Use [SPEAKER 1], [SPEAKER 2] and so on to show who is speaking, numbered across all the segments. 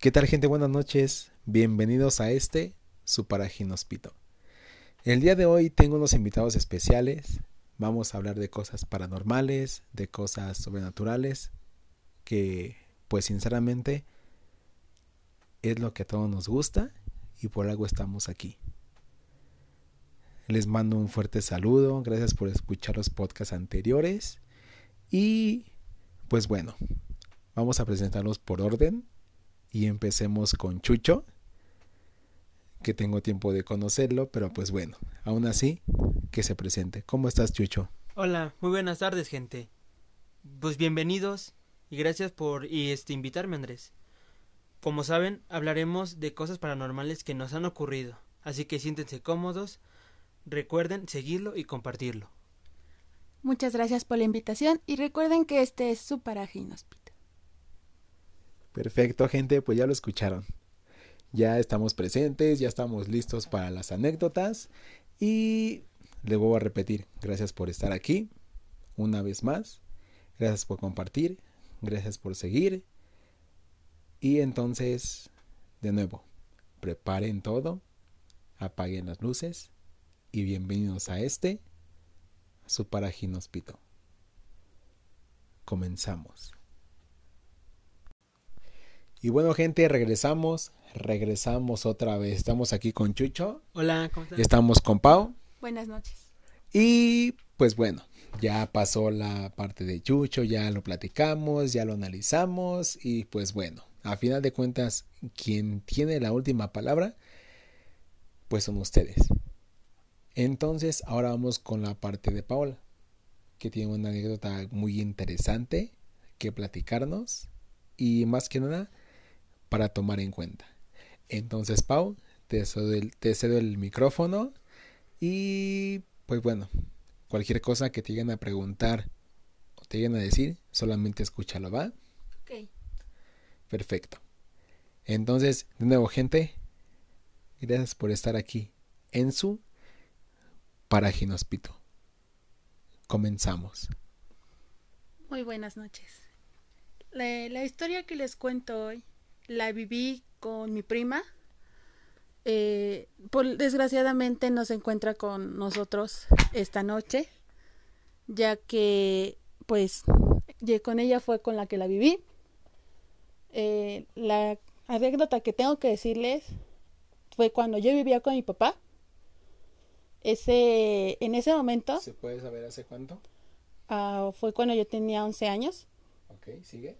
[SPEAKER 1] ¿Qué tal gente? Buenas noches. Bienvenidos a este, su paraje inhóspito. El día de hoy tengo unos invitados especiales. Vamos a hablar de cosas paranormales, de cosas sobrenaturales, que pues sinceramente es lo que a todos nos gusta y por algo estamos aquí. Les mando un fuerte saludo, gracias por escuchar los podcasts anteriores y pues bueno, vamos a presentarlos por orden y empecemos con Chucho, que tengo tiempo de conocerlo, pero pues bueno, aún así, que se presente. ¿Cómo estás, Chucho?
[SPEAKER 2] Hola, muy buenas tardes, gente. Pues bienvenidos y gracias por y este invitarme, Andrés. Como saben, hablaremos de cosas paranormales que nos han ocurrido, así que siéntense cómodos, recuerden seguirlo y compartirlo.
[SPEAKER 3] Muchas gracias por la invitación y recuerden que este es su paraje inhóspito.
[SPEAKER 1] Perfecto, gente, pues ya lo escucharon. Ya estamos presentes, ya estamos listos para las anécdotas y le vuelvo a repetir, gracias por estar aquí una vez más, gracias por compartir, gracias por seguir y entonces, de nuevo, preparen todo, apaguen las luces y bienvenidos a este, su paraje inhóspito. Comenzamos. Y bueno, gente, regresamos. Regresamos otra vez. Estamos aquí con Chucho.
[SPEAKER 2] Hola, ¿cómo están?
[SPEAKER 1] Estamos con Pau.
[SPEAKER 3] Buenas noches.
[SPEAKER 1] Y pues bueno, ya pasó la parte de Chucho, ya lo platicamos, ya lo analizamos. Y pues bueno, a final de cuentas, quien tiene la última palabra, pues son ustedes. Entonces, ahora vamos con la parte de Paola, que tiene una anécdota muy interesante que platicarnos. Y más que nada, para tomar en cuenta. Entonces, Pau, te cedo el, te cedo el micrófono y pues bueno, cualquier cosa que te lleguen a preguntar o te lleguen a decir, solamente escúchalo, ¿va?
[SPEAKER 3] Ok.
[SPEAKER 1] Perfecto. Entonces, de nuevo, gente, gracias por estar aquí en su paraje inhóspito. Comenzamos.
[SPEAKER 3] Muy buenas noches. La, la historia que les cuento hoy la viví con mi prima. Eh, por, desgraciadamente nos encuentra con nosotros esta noche, ya que pues ye- con ella fue con la que la viví. Eh, la anécdota que tengo que decirles fue cuando yo vivía con mi papá. Ese, en ese momento
[SPEAKER 1] ¿Se puede saber hace cuánto?
[SPEAKER 3] ah, fue cuando yo tenía 11 años.
[SPEAKER 1] Ok, sigue.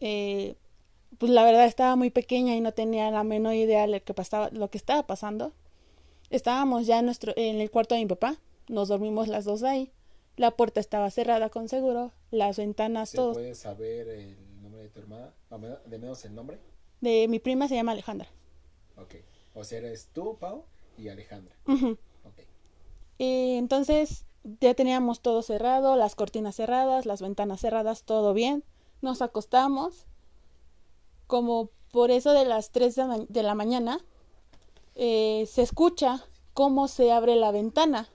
[SPEAKER 3] eh, pues la verdad estaba muy pequeña y no tenía la menor idea de lo que pasaba, lo que estaba pasando. Estábamos ya en nuestro, en el cuarto de mi papá, nos dormimos las dos ahí. La puerta estaba cerrada con seguro, las ventanas, todo.
[SPEAKER 1] puede saber el nombre de tu hermana? De menos el nombre.
[SPEAKER 3] De mi prima se llama Alejandra.
[SPEAKER 1] Ok. O sea, eres tú, Pau, y Alejandra.
[SPEAKER 3] Ujú.
[SPEAKER 1] Ok.
[SPEAKER 3] Eh, entonces ya teníamos todo cerrado, las cortinas cerradas, las ventanas cerradas, todo bien. Nos acostamos. Como por eso de las 3 de, ma- de la mañana, eh, se escucha cómo se abre la ventana.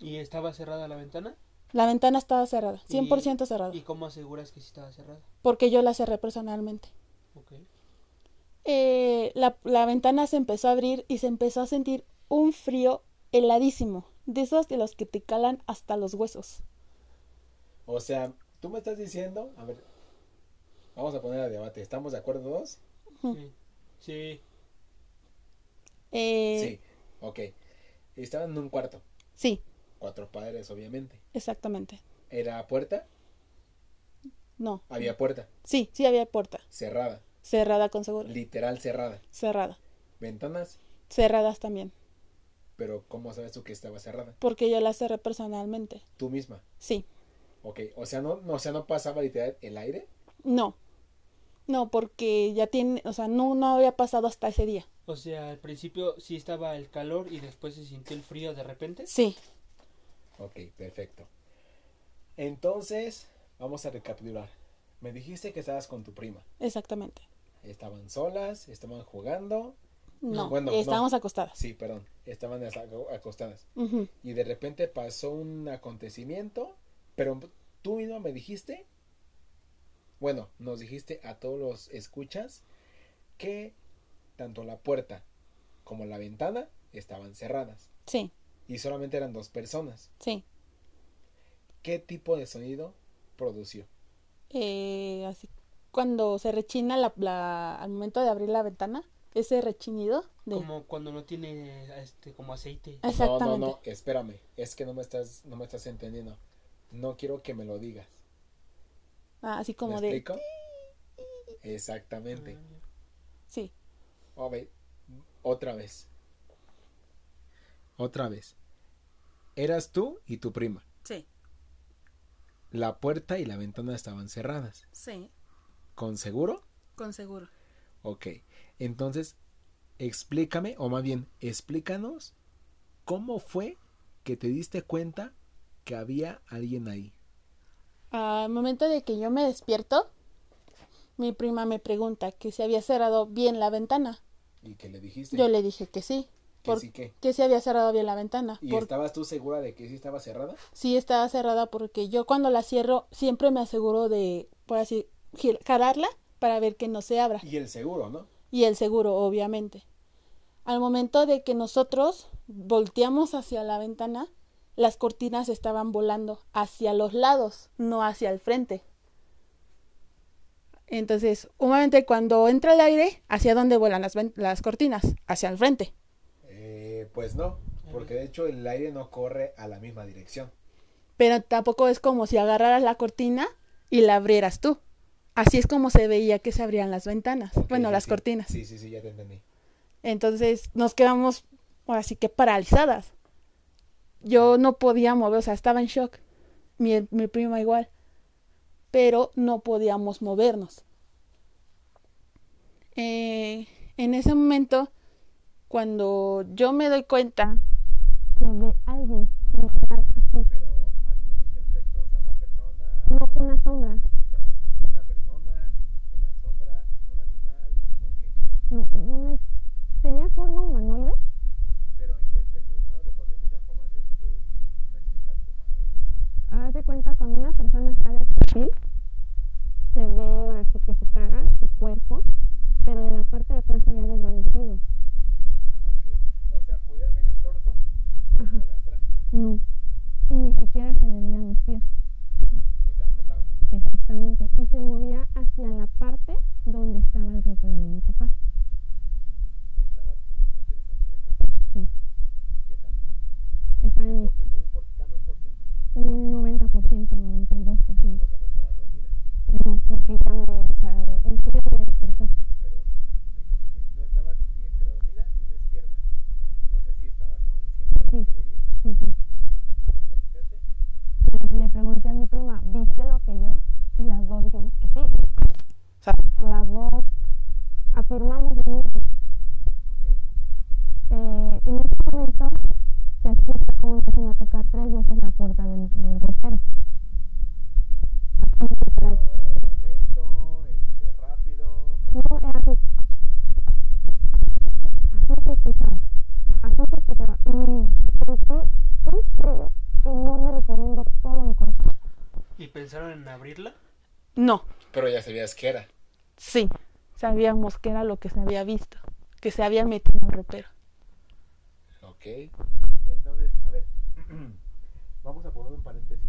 [SPEAKER 2] ¿Y estaba cerrada la ventana?
[SPEAKER 3] La ventana estaba cerrada, 100%
[SPEAKER 2] ¿Y-
[SPEAKER 3] cerrada,
[SPEAKER 2] ¿Y cómo aseguras que sí estaba cerrada?
[SPEAKER 3] porque yo la cerré personalmente.
[SPEAKER 2] Ok.
[SPEAKER 3] Eh, la, la ventana se empezó a abrir y se empezó a sentir un frío heladísimo, de esos de los que te calan hasta los huesos.
[SPEAKER 1] O sea, tú me estás diciendo, a ver, vamos a poner a debate, ¿estamos de acuerdo dos?
[SPEAKER 2] Sí. Sí.
[SPEAKER 3] Eh,
[SPEAKER 1] Sí, ok. Estaban en un cuarto,
[SPEAKER 3] sí,
[SPEAKER 1] cuatro padres obviamente.
[SPEAKER 3] exactamente.
[SPEAKER 1] ¿Era puerta?
[SPEAKER 3] No.
[SPEAKER 1] Había puerta,
[SPEAKER 3] Sí, sí había puerta.
[SPEAKER 1] cerrada,
[SPEAKER 3] Cerrada con seguro.
[SPEAKER 1] literal cerrada.
[SPEAKER 3] Cerrada.
[SPEAKER 1] Ventanas,
[SPEAKER 3] Cerradas también.
[SPEAKER 1] pero ¿cómo sabes tú que estaba cerrada?
[SPEAKER 3] Porque yo las cerré personalmente.
[SPEAKER 1] Tú misma.
[SPEAKER 3] Sí.
[SPEAKER 1] Ok, o sea, no, no, o sea, no pasaba literal el aire.
[SPEAKER 3] No. No, porque ya tiene, o sea, no, no había pasado hasta ese día.
[SPEAKER 2] O sea, al principio sí estaba el calor y después se sintió el frío de repente.
[SPEAKER 3] Sí.
[SPEAKER 1] Ok, perfecto. Entonces, vamos a recapitular. Me dijiste que estabas con tu prima.
[SPEAKER 3] Exactamente.
[SPEAKER 1] Estaban solas, estaban jugando.
[SPEAKER 3] No.
[SPEAKER 1] No, bueno, no.
[SPEAKER 3] estábamos acostadas.
[SPEAKER 1] Sí, perdón, estaban as- acostadas.
[SPEAKER 3] Ujú.
[SPEAKER 1] y de repente pasó un acontecimiento, pero tú mismo me dijiste, bueno, nos dijiste a todos los escuchas que tanto la puerta como la ventana estaban cerradas
[SPEAKER 3] Sí,
[SPEAKER 1] y solamente eran dos personas.
[SPEAKER 3] sí.
[SPEAKER 1] ¿Qué tipo de sonido produció?
[SPEAKER 3] Eh, así, cuando se rechina la, la- al momento de abrir la ventana, ese rechinido de...
[SPEAKER 2] Como cuando no tiene este como aceite.
[SPEAKER 1] No, no,
[SPEAKER 3] Ah. Exactamente.
[SPEAKER 1] no, espérame, es que no me estás, no me estás entendiendo. No quiero que me lo digas.
[SPEAKER 3] Ah, así
[SPEAKER 1] ¿Me
[SPEAKER 3] como de...
[SPEAKER 1] explico? Exactamente.
[SPEAKER 3] Sí,
[SPEAKER 1] A ver, otra vez. Otra vez. Eras tú y tu prima.
[SPEAKER 3] sí,
[SPEAKER 1] La puerta y la ventana estaban cerradas.
[SPEAKER 3] sí,
[SPEAKER 1] ¿Con seguro?
[SPEAKER 3] con seguro.
[SPEAKER 1] Ok. Entonces, explícame, o más bien, explícanos cómo fue que te diste cuenta que había alguien ahí.
[SPEAKER 3] Ah, Al momento de que yo me despierto, mi prima me pregunta que si había cerrado bien la ventana.
[SPEAKER 1] ¿Y que le dijiste?
[SPEAKER 3] Yo le dije que sí.
[SPEAKER 1] ¿Que
[SPEAKER 3] por-
[SPEAKER 1] sí qué?
[SPEAKER 3] Que sí había cerrado bien la ventana.
[SPEAKER 1] ¿Y
[SPEAKER 3] porque
[SPEAKER 1] estabas tú segura de que sí estaba cerrada?
[SPEAKER 3] sí estaba cerrada porque yo cuando la cierro siempre me aseguro de, por así, gir- jalarla para ver que no se abra.
[SPEAKER 1] Y el seguro, ¿no?
[SPEAKER 3] Y el seguro, obviamente. Al momento de que nosotros volteamos hacia la ventana, las cortinas estaban volando hacia los lados, no hacia el frente. Entonces, obviamente cuando entra el aire, ¿hacia dónde vuelan las, ven- las cortinas? Hacia el frente.
[SPEAKER 1] Eh, pues no, porque de hecho el aire no corre a la misma dirección.
[SPEAKER 3] Pero tampoco es como si agarraras la cortina y la abrieras tú. Así es como se veía que se abrían las ventanas,
[SPEAKER 1] Ok,
[SPEAKER 3] bueno,
[SPEAKER 1] sí,
[SPEAKER 3] las
[SPEAKER 1] sí.
[SPEAKER 3] cortinas.
[SPEAKER 1] Sí, sí, sí, ya te entendí.
[SPEAKER 3] Entonces nos quedamos así que paralizadas. Yo no podía mover, o sea, estaba en shock. Mi, mi prima igual. Pero no podíamos movernos. Eh, en ese momento, cuando yo me doy cuenta que ve alguien,
[SPEAKER 1] Pero alguien en qué aspecto, o sea, una persona,
[SPEAKER 3] no una sombra,
[SPEAKER 1] una persona, una sombra, un animal, un qué.
[SPEAKER 3] no, una- tenía forma humanoide,
[SPEAKER 1] Pero en qué aspecto humanoide, porque hay muchas formas de, de clasificar humanoide.
[SPEAKER 4] Haz de cuenta cuando una persona está de perfil, se ve así que su cara, su cuerpo, pero de la parte de atrás se ve desvanecido.
[SPEAKER 1] Ah, ok. O sea, podías ver el torso, pero no la atrás.
[SPEAKER 4] No. Y ni siquiera se le veían los pies.
[SPEAKER 1] O sea, flotaba.
[SPEAKER 4] Exactamente. Y se movía hacia la parte donde estaba el ropero de mi papá.
[SPEAKER 1] ¿Estabas consciente en ese momento?
[SPEAKER 4] Sí.
[SPEAKER 1] ¿Qué tanto?
[SPEAKER 4] Estaba en
[SPEAKER 1] Un por ciento, un por, dame un por ciento.
[SPEAKER 4] un 90%, 92%.
[SPEAKER 1] O sea, no estabas dormida.
[SPEAKER 4] No, porque ya me, o sea, el sueño me despertó.
[SPEAKER 1] Perdón, me equivoqué. No estabas ni entre dormida ni despierta. O sea, sí estabas consciente de lo que
[SPEAKER 4] Sí.
[SPEAKER 1] veías.
[SPEAKER 4] Sí, sí.
[SPEAKER 1] ¿Lo platicaste?
[SPEAKER 4] Le, le pregunté a mi prima, ¿viste lo que yo? Y las dos dijimos que sí.
[SPEAKER 3] sea,
[SPEAKER 4] las dos afirmamos lo mismo.
[SPEAKER 1] Ok.
[SPEAKER 4] Eh, en ese momento se escucha como empiezan a tocar tres veces la puerta del, del ropero. Así, literal.
[SPEAKER 1] Pero lento, este, rápido. como-
[SPEAKER 4] No, era así. Así se escuchaba. Así se escuchaba. Y sentí un frío enorme recorriendo todo mi cuerpo.
[SPEAKER 2] ¿Y pensaron en abrirla?
[SPEAKER 3] no,
[SPEAKER 1] Pero ya sabías que era.
[SPEAKER 3] sí, sabíamos que era lo que se había visto, que se había metido al ropero.
[SPEAKER 1] Ok. Entonces, a ver. Vamos a poner un paréntesis.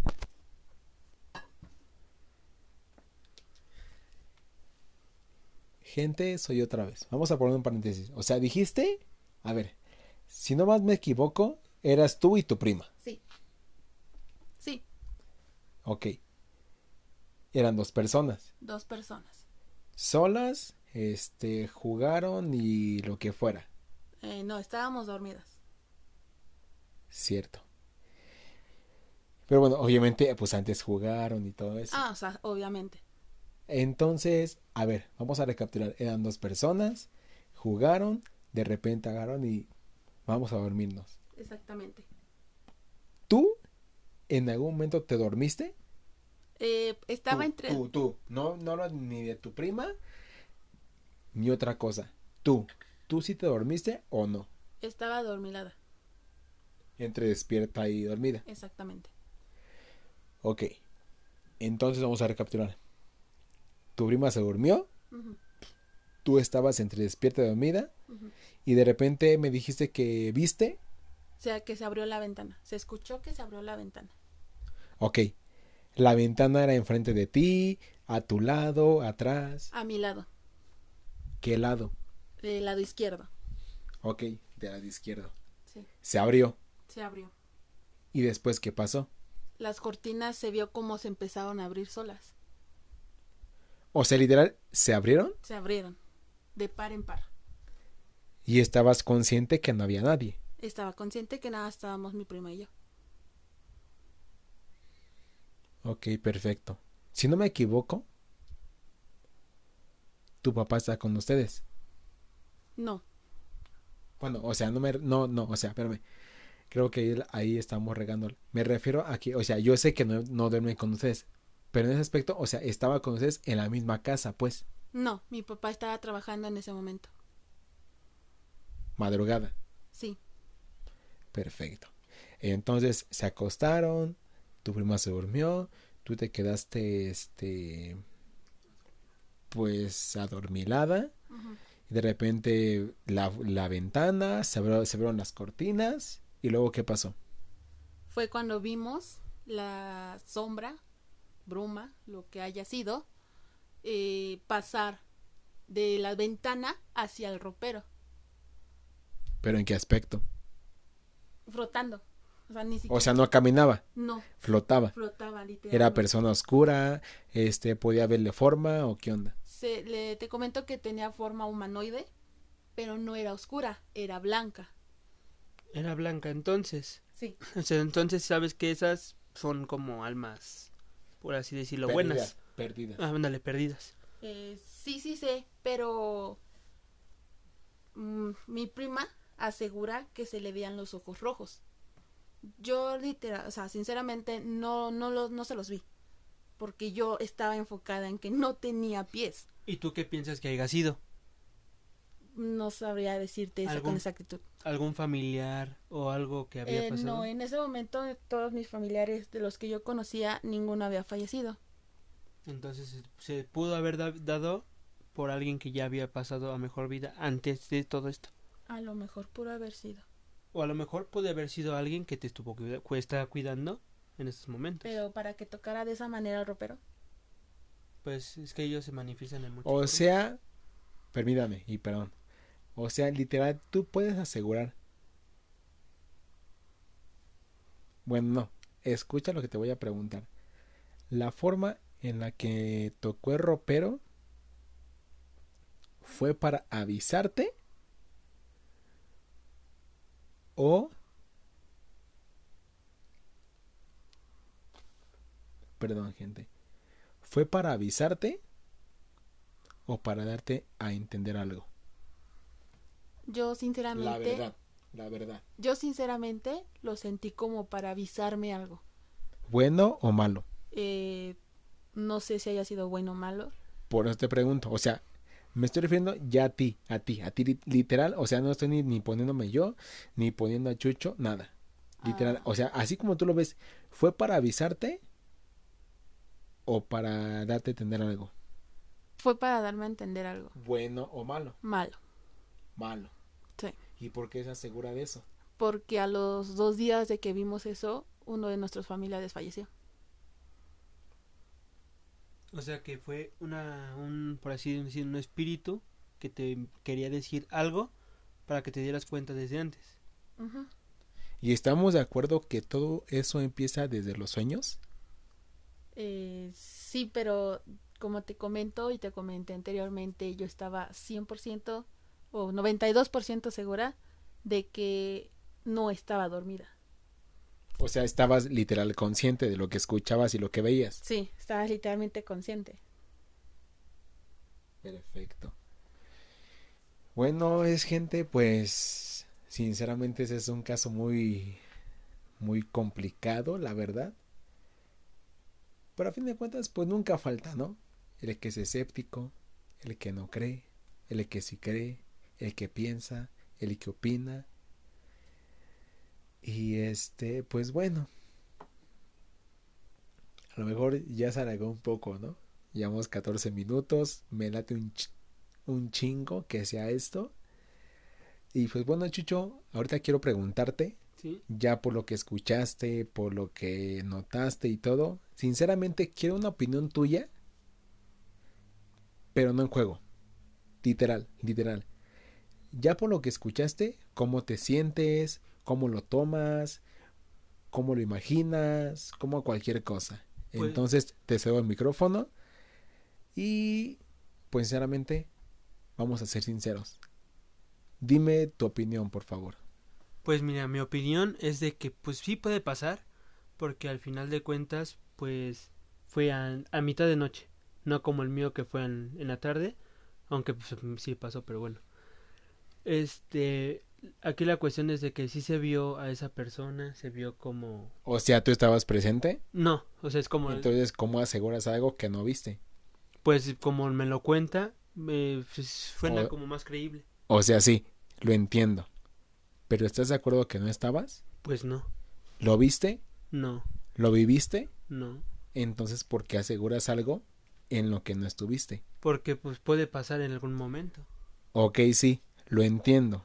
[SPEAKER 1] Gente, soy otra vez. Vamos a poner un paréntesis. O sea, dijiste. A ver, si no más me equivoco, eras tú y tu prima.
[SPEAKER 3] Sí. Sí,
[SPEAKER 1] Ok. Eran dos personas.
[SPEAKER 3] dos personas.
[SPEAKER 1] Solas, este, jugaron y lo que fuera.
[SPEAKER 3] Eh, no, estábamos dormidas.
[SPEAKER 1] Cierto. Pero bueno, obviamente, pues antes jugaron y todo eso.
[SPEAKER 3] Ah, o sea, obviamente.
[SPEAKER 1] Entonces, a ver, vamos a recapitular. Eran dos personas, jugaron, de repente agarraron y vamos a dormirnos.
[SPEAKER 3] Exactamente.
[SPEAKER 1] ¿Tú en algún momento te dormiste?
[SPEAKER 3] Eh, estaba
[SPEAKER 1] Tú,
[SPEAKER 3] entre...
[SPEAKER 1] Tú, tú. No, no hablo ni de tu prima, ni otra cosa. Tú, ¿tú sí te dormiste o no?
[SPEAKER 3] Estaba dormilada,
[SPEAKER 1] Entre despierta y dormida.
[SPEAKER 3] exactamente.
[SPEAKER 1] Ok. Entonces vamos a recapitular. Tu prima se durmió,
[SPEAKER 3] Ujú.
[SPEAKER 1] tú estabas entre despierta y dormida
[SPEAKER 3] Ujú.
[SPEAKER 1] y de repente me dijiste que viste.
[SPEAKER 3] O sea, que se abrió la ventana. Se escuchó que se abrió la ventana.
[SPEAKER 1] Ok, la ventana era enfrente de ti, a tu lado, atrás.
[SPEAKER 3] A mi lado,
[SPEAKER 1] ¿Qué lado?
[SPEAKER 3] del lado izquierdo.
[SPEAKER 1] Ok, del lado izquierdo.
[SPEAKER 3] Sí,
[SPEAKER 1] Se abrió.
[SPEAKER 3] se abrió.
[SPEAKER 1] ¿Y después qué pasó?
[SPEAKER 3] Las cortinas se vio como se empezaron a abrir solas.
[SPEAKER 1] O sea, literal, se abrieron
[SPEAKER 3] Se abrieron, de par en par.
[SPEAKER 1] y estabas consciente que no había nadie.
[SPEAKER 3] Estaba consciente que nada estábamos mi prima y yo.
[SPEAKER 1] Ok, perfecto. Si no me equivoco, tu papá está con ustedes.
[SPEAKER 3] No,
[SPEAKER 1] Bueno, o sea, no me... No, no, o sea, espérame. Creo que ahí- ahí estamos regando. Me refiero a que, o sea, yo sé que no, no duermen con ustedes. Pero en ese aspecto, o sea, estaba con ustedes en la misma casa, pues,
[SPEAKER 3] no, mi papá estaba trabajando en ese momento.
[SPEAKER 1] madrugada.
[SPEAKER 3] Sí,
[SPEAKER 1] Perfecto. Entonces se acostaron, tu prima se durmió, tú te quedaste, este, pues adormilada. Y de repente la, la ventana, se abrió- se abrieron las cortinas y luego ¿qué pasó?
[SPEAKER 3] fue cuando vimos la sombra, bruma, lo que haya sido, eh, pasar de la ventana hacia el ropero,
[SPEAKER 1] ¿Pero en qué aspecto?
[SPEAKER 3] flotando. O sea, ni siquiera.
[SPEAKER 1] O sea, no caminaba,
[SPEAKER 3] no,
[SPEAKER 1] flotaba.
[SPEAKER 3] flotaba literal.
[SPEAKER 1] Era persona oscura, este, podía verle forma o qué onda.
[SPEAKER 3] Se- le, te comento que tenía forma humanoide, pero no era oscura, era blanca.
[SPEAKER 2] Era blanca entonces.
[SPEAKER 3] Sí.
[SPEAKER 2] O sea, entonces sabes que esas son como almas, por así decirlo, buenas.
[SPEAKER 1] Perdida.
[SPEAKER 2] Ah, ándale, perdidas.
[SPEAKER 3] Eh, sí, sí sé, pero mm, mi prima asegura que se le veían los ojos rojos. Yo literal, o sea, sinceramente no, no, los, no se los vi, porque yo estaba enfocada en que no tenía pies.
[SPEAKER 2] ¿Y tú qué piensas que haya sido?
[SPEAKER 3] No sabría decirte eso
[SPEAKER 2] ¿Algún
[SPEAKER 3] con exactitud.
[SPEAKER 2] ¿Algún familiar o algo que había
[SPEAKER 3] Eh,
[SPEAKER 2] pasado?
[SPEAKER 3] no, en ese momento todos mis familiares de los que yo conocía, ninguno había fallecido.
[SPEAKER 2] Entonces se- se pudo haber da- dado por alguien que ya había pasado a mejor vida antes de todo esto.
[SPEAKER 3] A lo mejor pudo haber sido.
[SPEAKER 2] O a lo mejor puede haber sido alguien que te estuvo cuida- cu- está cuidando en estos momentos.
[SPEAKER 3] Pero para que tocara de esa manera el ropero.
[SPEAKER 2] Pues es que ellos se manifiestan en muchos.
[SPEAKER 1] O sea, permítame y perdón. O sea, literal, tú puedes asegurar. Bueno, no. Escucha lo que te voy a preguntar. La forma en la que tocó el ropero fue para avisarte o Perdón, gente. ¿Fue para avisarte o para darte a entender algo.
[SPEAKER 3] Yo sinceramente...
[SPEAKER 1] La verdad, la verdad.
[SPEAKER 3] Yo sinceramente lo sentí como para avisarme algo.
[SPEAKER 1] ¿Bueno o malo?
[SPEAKER 3] Eh, no sé si haya sido bueno o malo.
[SPEAKER 1] Por eso te pregunto. O sea, me estoy refiriendo ya a ti, a ti, a ti li- literal. O sea, no estoy ni, ni poniéndome yo, ni poniendo a Chucho, nada. Literal.
[SPEAKER 3] Ah.
[SPEAKER 1] O sea, así como tú lo ves, ¿fue para avisarte o para darte a entender algo?
[SPEAKER 3] Fue para darme a entender algo.
[SPEAKER 1] Bueno o malo,
[SPEAKER 3] Malo.
[SPEAKER 1] malo.
[SPEAKER 3] Sí.
[SPEAKER 1] ¿Y por qué se asegura de eso?
[SPEAKER 3] Porque a los dos días de que vimos eso, uno de nuestros familiares falleció.
[SPEAKER 2] O sea que fue una, un, por así decir, un espíritu que te quería decir algo para que te dieras cuenta desde antes.
[SPEAKER 1] ¿Y estamos de acuerdo que todo eso empieza desde los sueños?
[SPEAKER 3] Eh, sí, pero como te comento y te comenté anteriormente, yo estaba 100% o 92% segura de que no estaba dormida.
[SPEAKER 1] O sea, estabas literal consciente de lo que escuchabas y lo que veías.
[SPEAKER 3] Sí, estaba literalmente consciente.
[SPEAKER 1] Perfecto. Bueno, es gente, pues sinceramente ese es un caso muy muy complicado, la verdad. Pero a fin de cuentas, pues nunca falta, ¿no? El que es escéptico, el que no cree, el que sí cree, el que piensa, el que opina. Y este, pues bueno. A lo mejor ya se alargó un poco, ¿no? Llevamos 14 minutos, me late un ch- un chingo que sea esto. Y pues bueno, Chucho, ahorita quiero preguntarte,
[SPEAKER 2] Sí.
[SPEAKER 1] ya por lo que escuchaste, por lo que notaste y todo, sinceramente quiero una opinión tuya, pero no en juego. Literal, literal. Ya por lo que escuchaste, cómo te sientes, cómo lo tomas, cómo lo imaginas, como cualquier cosa.
[SPEAKER 2] Pues-
[SPEAKER 1] Entonces te cedo el micrófono y pues sinceramente vamos a ser sinceros. Dime tu opinión, por favor.
[SPEAKER 2] Pues mira, mi opinión es de que pues sí puede pasar, porque al final de cuentas pues fue a, a mitad de noche, no como el mío que fue en, en la tarde, aunque pues, sí pasó, pero bueno. Este, aquí la cuestión es de que sí se vio a esa persona, se vio como...
[SPEAKER 1] O sea, tú estabas presente.
[SPEAKER 2] No, o sea, es como...
[SPEAKER 1] Entonces, ¿cómo aseguras algo que no viste?
[SPEAKER 2] Pues como me lo cuenta, me pues, suena
[SPEAKER 1] O-
[SPEAKER 2] como más creíble.
[SPEAKER 1] O sea, sí, lo entiendo. Pero ¿estás de acuerdo que no estabas?
[SPEAKER 2] Pues no,
[SPEAKER 1] ¿Lo viste?
[SPEAKER 2] no,
[SPEAKER 1] ¿Lo viviste?
[SPEAKER 2] no.
[SPEAKER 1] Entonces, ¿por qué aseguras algo en lo que no estuviste?
[SPEAKER 2] Porque pues puede pasar en algún momento.
[SPEAKER 1] Ok, sí, lo entiendo.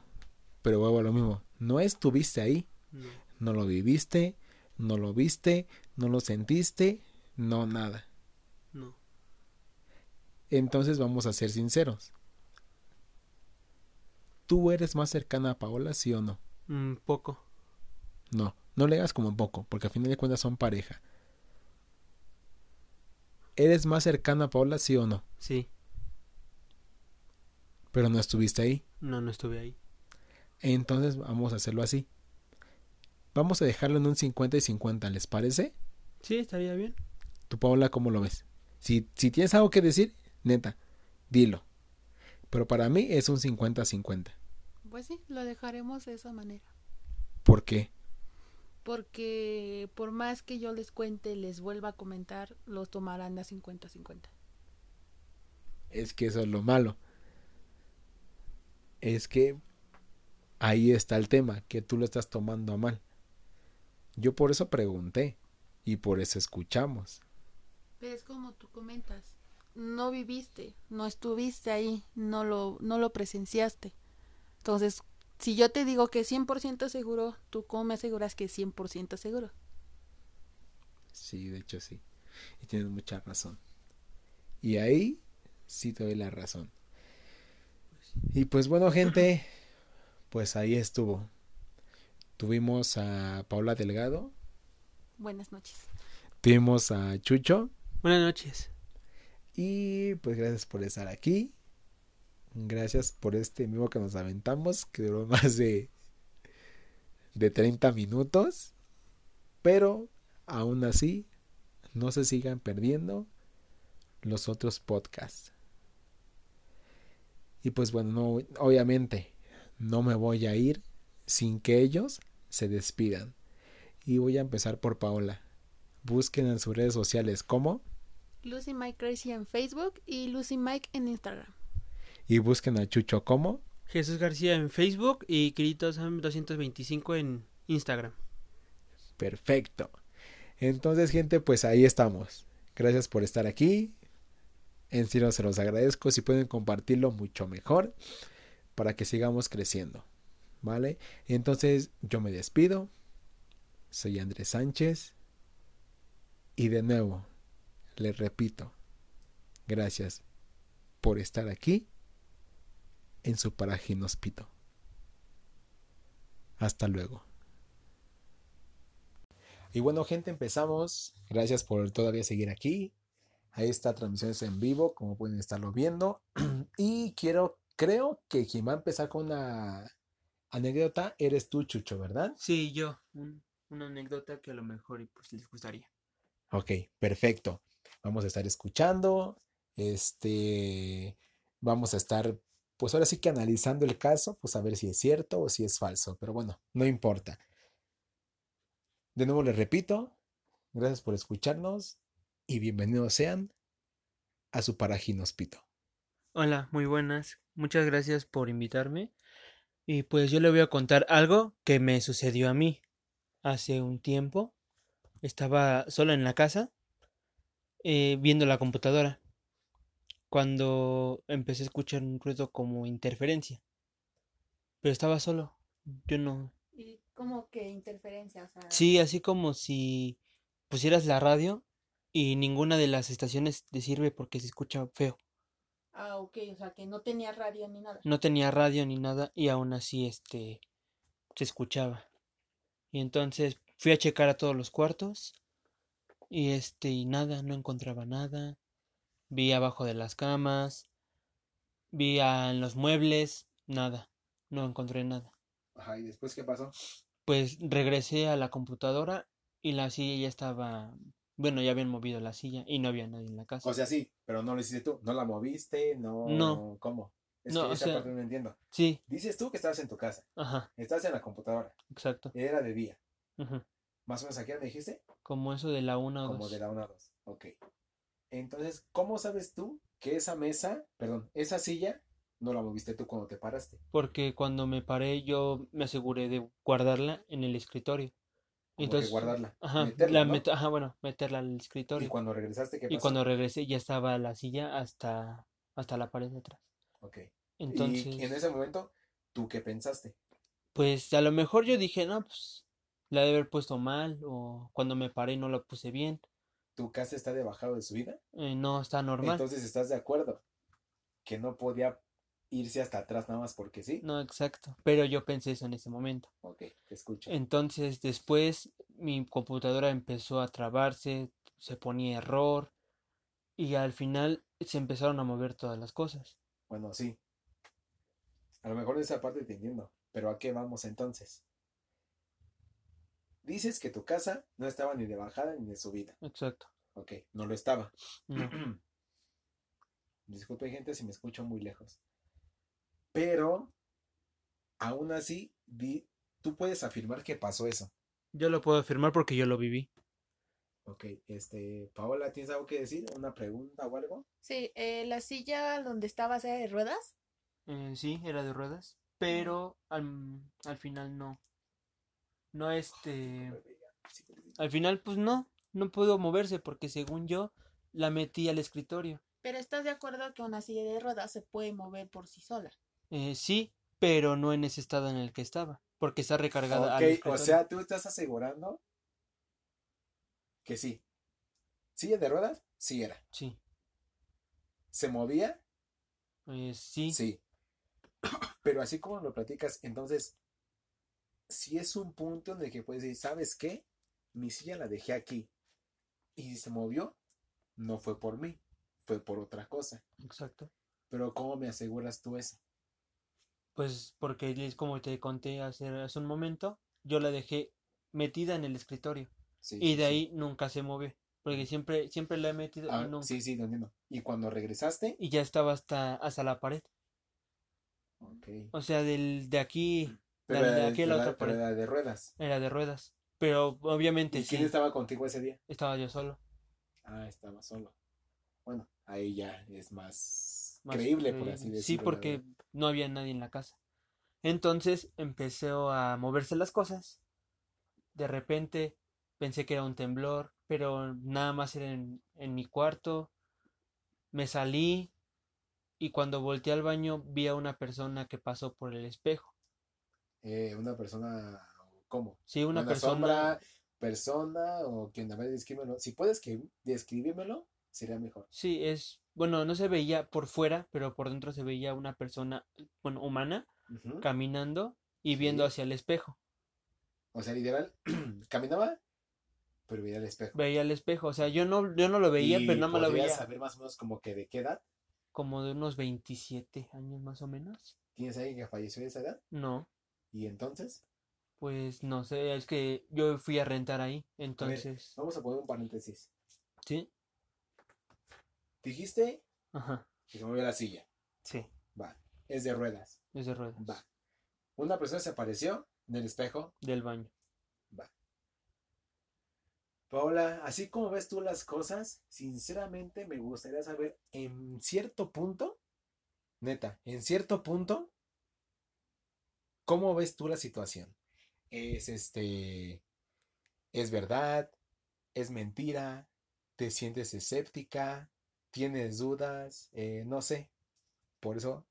[SPEAKER 1] Pero vuelvo a lo mismo. No estuviste ahí.
[SPEAKER 2] No.
[SPEAKER 1] No lo viviste, no lo viste, no lo sentiste, no nada.
[SPEAKER 2] No.
[SPEAKER 1] Entonces vamos a ser sinceros. ¿Tú eres más cercana a Paola, sí o no?
[SPEAKER 2] Un Mm, poco.
[SPEAKER 1] No, no le hagas como poco, porque a final de cuentas son pareja. ¿Eres más cercana a Paola, sí o no?
[SPEAKER 2] Sí.
[SPEAKER 1] Pero no estuviste ahí.
[SPEAKER 2] No, no estuve ahí.
[SPEAKER 1] Entonces vamos a hacerlo así. Vamos a dejarlo en un 50 y 50, ¿les parece?
[SPEAKER 2] Sí, estaría bien.
[SPEAKER 1] ¿Tú, Paola, cómo lo ves? Si, si tienes algo que decir, neta, dilo. Pero para mí es un 50-50.
[SPEAKER 3] Pues sí, lo dejaremos de esa manera.
[SPEAKER 1] ¿Por qué?
[SPEAKER 3] Porque por más que yo les cuente, les vuelva a comentar, los tomarán a 50-50.
[SPEAKER 1] Es que eso es lo malo. Es que ahí está el tema, que tú lo estás tomando a mal. Yo por eso pregunté y por eso escuchamos.
[SPEAKER 3] Pero es como tú comentas, no viviste, no estuviste ahí, no lo, no lo presenciaste. Entonces, si yo te digo que es 100% seguro, ¿tú cómo me aseguras que es 100% seguro?
[SPEAKER 1] Sí, de hecho sí. Y tienes mucha razón. Y ahí sí te doy la razón. Y pues bueno, gente, pues ahí estuvo. Tuvimos a Paula Delgado,
[SPEAKER 3] Buenas noches.
[SPEAKER 1] tuvimos a Chucho.
[SPEAKER 2] Buenas noches.
[SPEAKER 1] Y pues gracias por estar aquí. Gracias por este mismo que nos aventamos, que duró más de, de 30 minutos. Pero aún así, no se sigan perdiendo los otros podcasts. Y pues bueno, no- obviamente no me voy a ir sin que ellos se despidan. Y voy a empezar por Paola. Busquen en sus redes sociales como
[SPEAKER 3] Lucy Mike Crazy en Facebook y Lucy Mike en Instagram.
[SPEAKER 1] y busquen a Chucho como
[SPEAKER 2] Jesús García en Facebook y Kirito Sam 225 en Instagram.
[SPEAKER 1] Perfecto. Entonces, gente, pues ahí estamos. Gracias por estar aquí. En serio, se los agradezco. Si pueden compartirlo, mucho mejor. Para que sigamos creciendo. ¿Vale? Entonces, yo me despido. Soy Andrés Sánchez. Y de nuevo, les repito, gracias por estar aquí en su paraje inhóspito. Hasta luego. Y bueno, gente, empezamos. Gracias por todavía seguir aquí. Ahí está transmisiones en vivo, como pueden estarlo viendo. Y quiero, creo que quien va a empezar con una anécdota eres tú, Chucho, ¿verdad?
[SPEAKER 2] Sí, yo. Un- una anécdota que a lo mejor y, pues, les gustaría.
[SPEAKER 1] Ok, perfecto. Vamos a estar escuchando. Este, vamos a estar, pues ahora sí que analizando el caso, pues a ver si es cierto o si es falso. Pero bueno, no importa. De nuevo les repito, gracias por escucharnos y bienvenidos sean a su paraje inhóspito.
[SPEAKER 2] Hola, muy buenas. Muchas gracias por invitarme. Y pues yo le voy a contar algo que me sucedió a mí. Hace un tiempo estaba solo en la casa eh, viendo la computadora. cuando empecé a escuchar un ruido como interferencia. Pero estaba solo. Yo no.
[SPEAKER 5] Y como que interferencia, o sea.
[SPEAKER 2] Sí, así como si pusieras la radio y ninguna de las estaciones te sirve porque se escucha feo.
[SPEAKER 5] Ah, ok, o sea que no tenía radio ni nada.
[SPEAKER 2] No tenía radio ni nada y aún así este se escuchaba. Y entonces fui a checar a todos los cuartos y este y nada, no encontraba nada. Vi abajo de las camas, vi a- en los muebles, nada, no encontré nada.
[SPEAKER 1] Ajá, ¿y después qué pasó?
[SPEAKER 2] Pues regresé a la computadora y la silla ya estaba, bueno, ya habían movido la silla y no había nadie en la casa.
[SPEAKER 1] O sea, sí, pero no lo hiciste tú. No la moviste, no.
[SPEAKER 2] No.
[SPEAKER 1] ¿Cómo? Es
[SPEAKER 2] No,
[SPEAKER 1] que
[SPEAKER 2] o
[SPEAKER 1] esa
[SPEAKER 2] sea-
[SPEAKER 1] parte no entiendo.
[SPEAKER 2] Sí,
[SPEAKER 1] Dices tú que estabas en tu casa,
[SPEAKER 2] ajá,
[SPEAKER 1] estás en la computadora,
[SPEAKER 2] exacto.
[SPEAKER 1] era de día.
[SPEAKER 2] ujú.
[SPEAKER 1] Más o menos aquí me dijiste,
[SPEAKER 2] Como eso de la una o
[SPEAKER 1] como
[SPEAKER 2] dos.
[SPEAKER 1] de la 1 a 2. Ok. Entonces, ¿cómo sabes tú que esa mesa, perdón, esa silla no la moviste tú cuando te paraste?
[SPEAKER 2] Porque cuando me paré yo me aseguré de guardarla en el escritorio.
[SPEAKER 1] Como
[SPEAKER 2] Entonces,
[SPEAKER 1] que guardarla,
[SPEAKER 2] ajá,
[SPEAKER 1] meterla,
[SPEAKER 2] la
[SPEAKER 1] ¿no?
[SPEAKER 2] met- ajá, bueno, meterla al escritorio.
[SPEAKER 1] Y cuando regresaste, ¿qué
[SPEAKER 2] Y
[SPEAKER 1] pasó?
[SPEAKER 2] cuando regresé ya estaba la silla hasta, hasta la pared de atrás.
[SPEAKER 1] Ok.
[SPEAKER 2] Entonces,
[SPEAKER 1] Y en ese momento, ¿tú qué pensaste?
[SPEAKER 2] pues a lo mejor yo dije, no, pues la de haber puesto mal o cuando me paré no la puse bien.
[SPEAKER 1] ¿Tu casa está debajado de su vida?
[SPEAKER 2] eh, no está normal.
[SPEAKER 1] Entonces, ¿estás de acuerdo? Que no podía irse hasta atrás nada más porque sí.
[SPEAKER 2] No, exacto. Pero yo pensé eso en ese momento.
[SPEAKER 1] Ok, te escucho.
[SPEAKER 2] Entonces, después mi computadora empezó a trabarse, se ponía error y al final se empezaron a mover todas las cosas.
[SPEAKER 1] Bueno, sí. A lo mejor esa parte te entiendo, pero ¿a qué vamos entonces? Dices que tu casa no estaba ni de bajada ni de subida.
[SPEAKER 2] Exacto.
[SPEAKER 1] Ok, no lo estaba.
[SPEAKER 2] No.
[SPEAKER 1] Disculpe, gente, si me escucho muy lejos. Pero, aún así, di- tú puedes afirmar que pasó eso.
[SPEAKER 2] Yo lo puedo afirmar porque yo lo viví.
[SPEAKER 1] Ok, este, Paola, ¿tienes algo que decir? ¿Una pregunta o algo?
[SPEAKER 5] Sí, eh, la silla donde estabas era de ruedas.
[SPEAKER 2] Eh, sí, era de ruedas, pero al, al final no. No, este, al final pues no, no pudo moverse porque según yo la metí al escritorio.
[SPEAKER 5] Pero estás de acuerdo que una silla de ruedas se puede mover por sí sola.
[SPEAKER 2] Eh, sí, pero no en ese estado en el que estaba, porque está recargada al
[SPEAKER 1] Ok, o
[SPEAKER 2] escritorio.
[SPEAKER 1] sea, tú estás asegurando que sí. ¿Silla de ruedas? Sí era.
[SPEAKER 2] Sí,
[SPEAKER 1] ¿Se movía?
[SPEAKER 2] eh, sí,
[SPEAKER 1] Sí. Pero así como lo platicas, entonces, si es un punto en el que puedes decir, ¿sabes qué? Mi silla la dejé aquí y se movió, no fue por mí, fue por otra cosa.
[SPEAKER 2] exacto.
[SPEAKER 1] Pero ¿cómo me aseguras tú eso?
[SPEAKER 2] Pues porque es como te conté hace, hace un momento, yo la dejé metida en el escritorio
[SPEAKER 1] Sí,
[SPEAKER 2] y
[SPEAKER 1] sí,
[SPEAKER 2] de
[SPEAKER 1] sí.
[SPEAKER 2] ahí nunca se movió, porque siempre, siempre la he metido y
[SPEAKER 1] Ah,
[SPEAKER 2] nunca-
[SPEAKER 1] sí, sí, lo entiendo. Y cuando regresaste,
[SPEAKER 2] y ya estaba hasta, hasta la pared.
[SPEAKER 1] ok.
[SPEAKER 2] O sea, del, de aquí
[SPEAKER 1] Pero
[SPEAKER 2] de
[SPEAKER 1] era de,
[SPEAKER 2] aquí a la
[SPEAKER 1] pero
[SPEAKER 2] otra
[SPEAKER 1] era- pero
[SPEAKER 2] pared.
[SPEAKER 1] era de ruedas.
[SPEAKER 2] era de ruedas. Pero obviamente
[SPEAKER 1] ¿Y
[SPEAKER 2] sí,
[SPEAKER 1] quién estaba contigo ese día?
[SPEAKER 2] estaba yo solo.
[SPEAKER 1] Ah, estaba solo. Bueno, ahí ya es más,
[SPEAKER 2] más
[SPEAKER 1] creíble, por
[SPEAKER 2] creíble.
[SPEAKER 1] así
[SPEAKER 2] Sí,
[SPEAKER 1] decirlo. la
[SPEAKER 2] porque
[SPEAKER 1] verdad.
[SPEAKER 2] no había nadie en la casa. Entonces empecé a moverse las cosas. De repente pensé que era un temblor, pero nada más era en, en mi cuarto. Me salí y cuando volteé al baño vi a una persona que pasó por el espejo.
[SPEAKER 1] Eh, una persona, ¿cómo?
[SPEAKER 2] Sí, una
[SPEAKER 1] Una
[SPEAKER 2] persona.
[SPEAKER 1] sombra, persona o quien a ver, descríbemelo. Si puedes que describímelo, sería mejor.
[SPEAKER 2] Sí, es, bueno, no se veía por fuera, pero por dentro se veía una persona, bueno, humana,
[SPEAKER 1] Ujú.
[SPEAKER 2] caminando y viendo
[SPEAKER 1] Sí.
[SPEAKER 2] hacia el espejo.
[SPEAKER 1] O sea, literal, caminaba, pero veía el espejo.
[SPEAKER 2] Veía el espejo, o sea, yo no, yo no lo veía, pero
[SPEAKER 1] Y
[SPEAKER 2] nada más lo
[SPEAKER 1] podrías
[SPEAKER 2] veía
[SPEAKER 1] saber más o menos como que de qué edad
[SPEAKER 2] como de unos 27 años más o menos.
[SPEAKER 1] tienes alguien que falleció de esa edad.
[SPEAKER 2] No,
[SPEAKER 1] Y entonces,
[SPEAKER 2] pues no sé, es que yo fui a rentar ahí, entonces,
[SPEAKER 1] vamos a poner un paréntesis.
[SPEAKER 2] sí,
[SPEAKER 1] Dijiste
[SPEAKER 2] ajá,
[SPEAKER 1] que se movió la silla.
[SPEAKER 2] sí,
[SPEAKER 1] Va, es de ruedas.
[SPEAKER 2] es de ruedas,
[SPEAKER 1] Va. Una persona se apareció en el espejo.
[SPEAKER 2] del baño.
[SPEAKER 1] Paola, así como ves tú las cosas, sinceramente me gustaría saber en cierto punto, neta, en cierto punto, ¿cómo ves tú la situación? ¿Es este, es verdad? ¿Es mentira? ¿Te sientes escéptica? tienes dudas, eh, no sé. Por eso,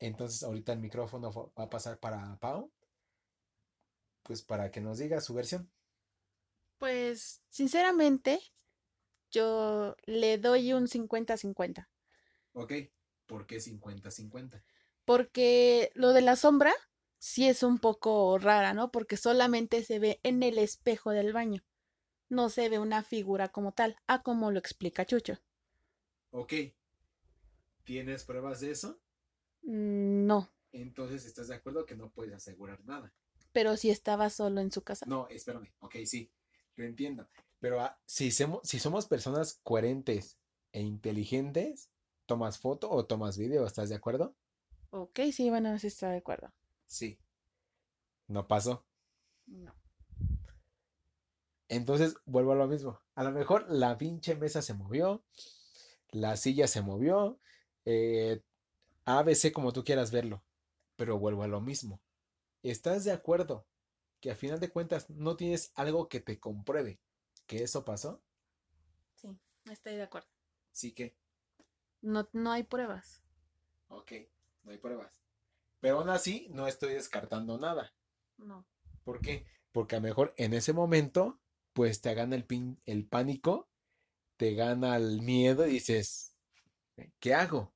[SPEAKER 1] entonces ahorita el micrófono va va a pasar para Pau, pues para que nos diga su versión.
[SPEAKER 3] Pues, sinceramente, yo le doy un 50-50.
[SPEAKER 1] Ok, ¿por qué 50-50?
[SPEAKER 3] Porque lo de la sombra sí es un poco rara, ¿no? Porque solamente se ve en el espejo del baño. No se ve una figura como tal, a como lo explica Chucho.
[SPEAKER 1] Ok, ¿tienes pruebas de eso?
[SPEAKER 3] Mm, No,
[SPEAKER 1] Entonces estás de acuerdo que no puedes asegurar nada.
[SPEAKER 3] pero sí estaba solo en su casa.
[SPEAKER 1] No, espérame. Ok, sí, lo entiendo. Pero ah, si, semo- si somos personas coherentes e inteligentes, tomas foto o tomas video, ¿estás de acuerdo?
[SPEAKER 3] Ok, sí, bueno, sí está de acuerdo.
[SPEAKER 1] Sí. No pasó.
[SPEAKER 5] No.
[SPEAKER 1] Entonces vuelvo a lo mismo. A lo mejor la pinche mesa se movió, la silla se movió, eh, ABC como tú quieras verlo, pero vuelvo a lo mismo. ¿Estás de acuerdo que a final de cuentas no tienes algo que te compruebe que eso pasó?
[SPEAKER 5] Sí.
[SPEAKER 3] Estoy de acuerdo.
[SPEAKER 1] Sí que,
[SPEAKER 3] No, no hay pruebas.
[SPEAKER 1] ok, no hay pruebas. Pero aún así no estoy descartando nada.
[SPEAKER 5] No.
[SPEAKER 1] ¿Por qué? Porque a lo mejor en ese momento, pues te gana el, pin- el pánico, te gana el miedo y dices, ¿qué hago?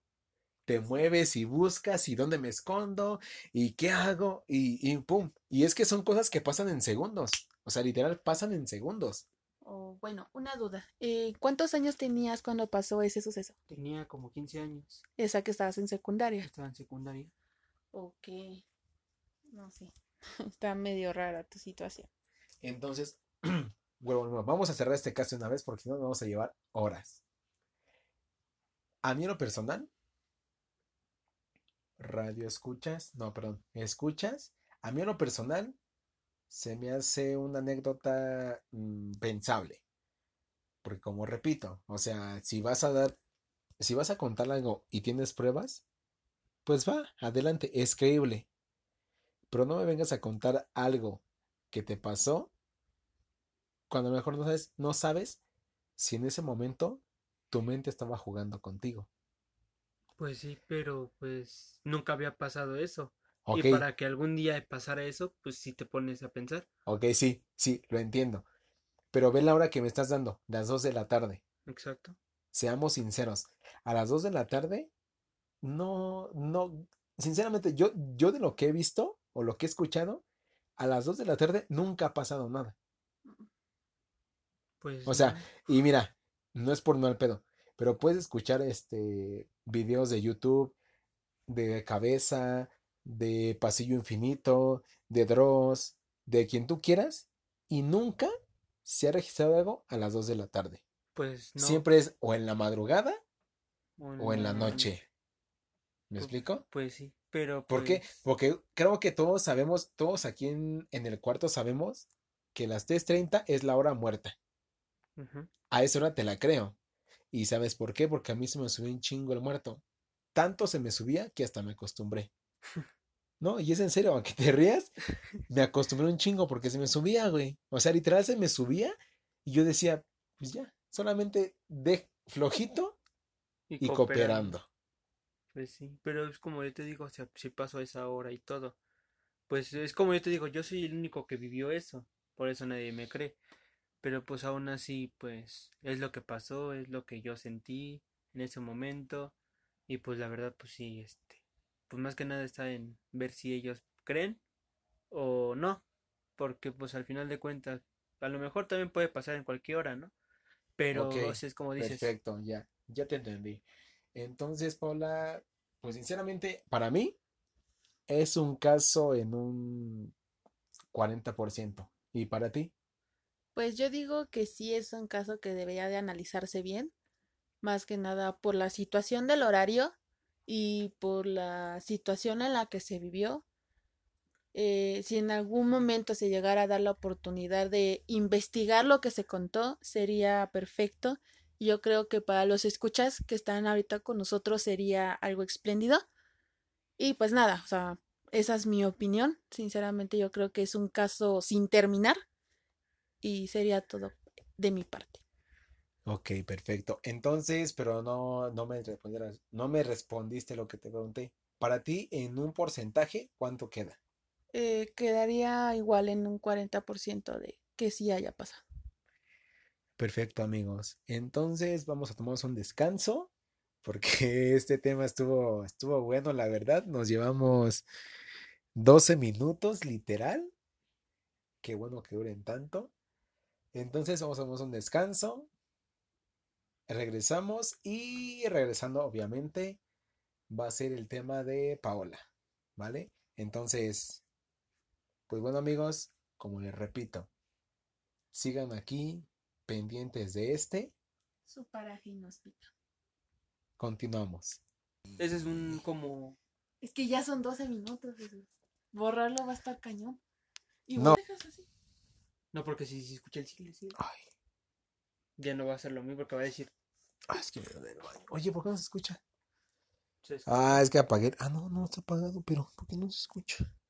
[SPEAKER 1] Te mueves y buscas y dónde me escondo y qué hago y, y pum. Y es que son cosas que pasan en segundos. O sea, literal, pasan en segundos.
[SPEAKER 3] Oh, bueno, una duda. Eh, ¿Cuántos años tenías cuando pasó ese suceso?
[SPEAKER 2] Tenía como 15 años.
[SPEAKER 3] Esa que estabas en secundaria.
[SPEAKER 2] Estaba en secundaria.
[SPEAKER 5] Ok. No sé.
[SPEAKER 3] Está medio rara tu situación.
[SPEAKER 1] Entonces, vuelvo, al mismo. vamos a cerrar este caso de una vez porque si no nos vamos a llevar horas. A mí en lo personal, radio escuchas, no, perdón, escuchas, a mí en lo personal se me hace una anécdota mm, pensable. Porque como repito, o sea, si vas a dar, si vas a contar algo y tienes pruebas, pues va, adelante, es creíble. Pero no me vengas a contar algo que te pasó cuando a lo mejor no sabes, no sabes si en ese momento tu mente estaba jugando contigo.
[SPEAKER 2] Pues sí, pero pues nunca había pasado eso.
[SPEAKER 1] Ok,
[SPEAKER 2] Y para que algún día pasara eso, pues sí te pones a pensar.
[SPEAKER 1] ok, sí, sí, lo entiendo. Pero ve la hora que me estás dando, las 2 de la tarde.
[SPEAKER 2] Exacto.
[SPEAKER 1] Seamos sinceros, a las 2 de la tarde, no, no, sinceramente, yo, yo de lo que he visto o lo que he escuchado, a las 2 de la tarde nunca ha pasado nada.
[SPEAKER 2] Pues
[SPEAKER 1] O sea,
[SPEAKER 2] no.
[SPEAKER 1] Y mira, no es por no al pedo, pero puedes escuchar este videos de YouTube, de Cabeza, de Pasillo Infinito, de Dross, de quien tú quieras, y nunca se ha registrado algo a las 2 de la tarde.
[SPEAKER 2] pues no.
[SPEAKER 1] Siempre es o en la madrugada o en la
[SPEAKER 2] Mm,
[SPEAKER 1] noche. ¿Me
[SPEAKER 2] Pu-
[SPEAKER 1] explico?
[SPEAKER 2] Pues sí, pero
[SPEAKER 1] ¿Por qué?
[SPEAKER 2] pues,
[SPEAKER 1] Porque creo que todos sabemos, todos aquí en, en el cuarto sabemos que las 3:30 es la hora muerta.
[SPEAKER 2] ujú,
[SPEAKER 1] A esa hora te la creo. ¿Y sabes por qué? Porque a mí se me subió un chingo el muerto. Tanto se me subía que hasta me acostumbré. No, y es en serio, aunque te rías, me acostumbré un chingo porque se me subía, güey. O sea, literal se me subía y yo decía, pues ya, solamente de flojito y cooperando.
[SPEAKER 2] Pues sí, pero es como yo te digo, o sea, sí pasó esa hora y todo. Pues es como yo te digo, yo soy el único que vivió eso, por eso nadie me cree. Pero pues aún así, pues es lo que pasó, es lo que yo sentí en ese momento. Y pues la verdad, pues sí, este, pues más que nada está en ver si ellos creen o no. Porque pues al final de cuentas, a lo mejor también puede pasar en cualquier hora, ¿no? Pero
[SPEAKER 1] Ok,
[SPEAKER 2] o sea, es como dices,
[SPEAKER 1] Perfecto, ya, ya te entendí. Entonces, Paula, pues sinceramente, para mí es un caso en un 40%. ¿Y para ti?
[SPEAKER 3] Pues yo digo que sí es un caso que debería de analizarse bien, más que nada por la situación del horario y por la situación en la que se vivió. Eh, si en algún momento se llegara a dar la oportunidad de investigar lo que se contó, sería perfecto. Yo creo que para los escuchas que están ahorita con nosotros sería algo espléndido. Y pues nada, o sea, esa es mi opinión. Sinceramente, yo creo que es un caso sin terminar y sería todo de mi parte.
[SPEAKER 1] Ok, perfecto. Entonces, pero no, no me respondieras, no me respondiste lo que te pregunté. Para ti, en un porcentaje, ¿cuánto queda?
[SPEAKER 3] Eh, quedaría igual en un 40% de que sí haya pasado.
[SPEAKER 1] Perfecto, amigos. Entonces vamos a tomarnos un descanso porque este tema estuvo, estuvo bueno, la verdad. Nos llevamos 12 minutos, literal. Qué bueno que duren tanto. Entonces vamos a tomarnos un descanso. Regresamos y regresando, obviamente, va a ser el tema de Paola, ¿vale? Entonces, pues bueno, amigos, como les repito, sigan aquí pendientes de este.
[SPEAKER 3] Su paraje inhóspito.
[SPEAKER 1] Continuamos.
[SPEAKER 2] Ese es un como...
[SPEAKER 3] Es que ya son 12 minutos. Jesús. Borrarlo va a estar cañón. Y vos
[SPEAKER 1] No.
[SPEAKER 3] dejas así.
[SPEAKER 2] No, porque si, si escucha el silencio,
[SPEAKER 1] Ay,
[SPEAKER 2] ya no va a ser lo mismo porque va a decir...
[SPEAKER 1] ah, es que me duele el baño. Oye, ¿por qué no se escucha?
[SPEAKER 2] "Se escucha".
[SPEAKER 1] Ah, es que apagué. Ah, no, no está apagado, pero ¿por qué no se escucha?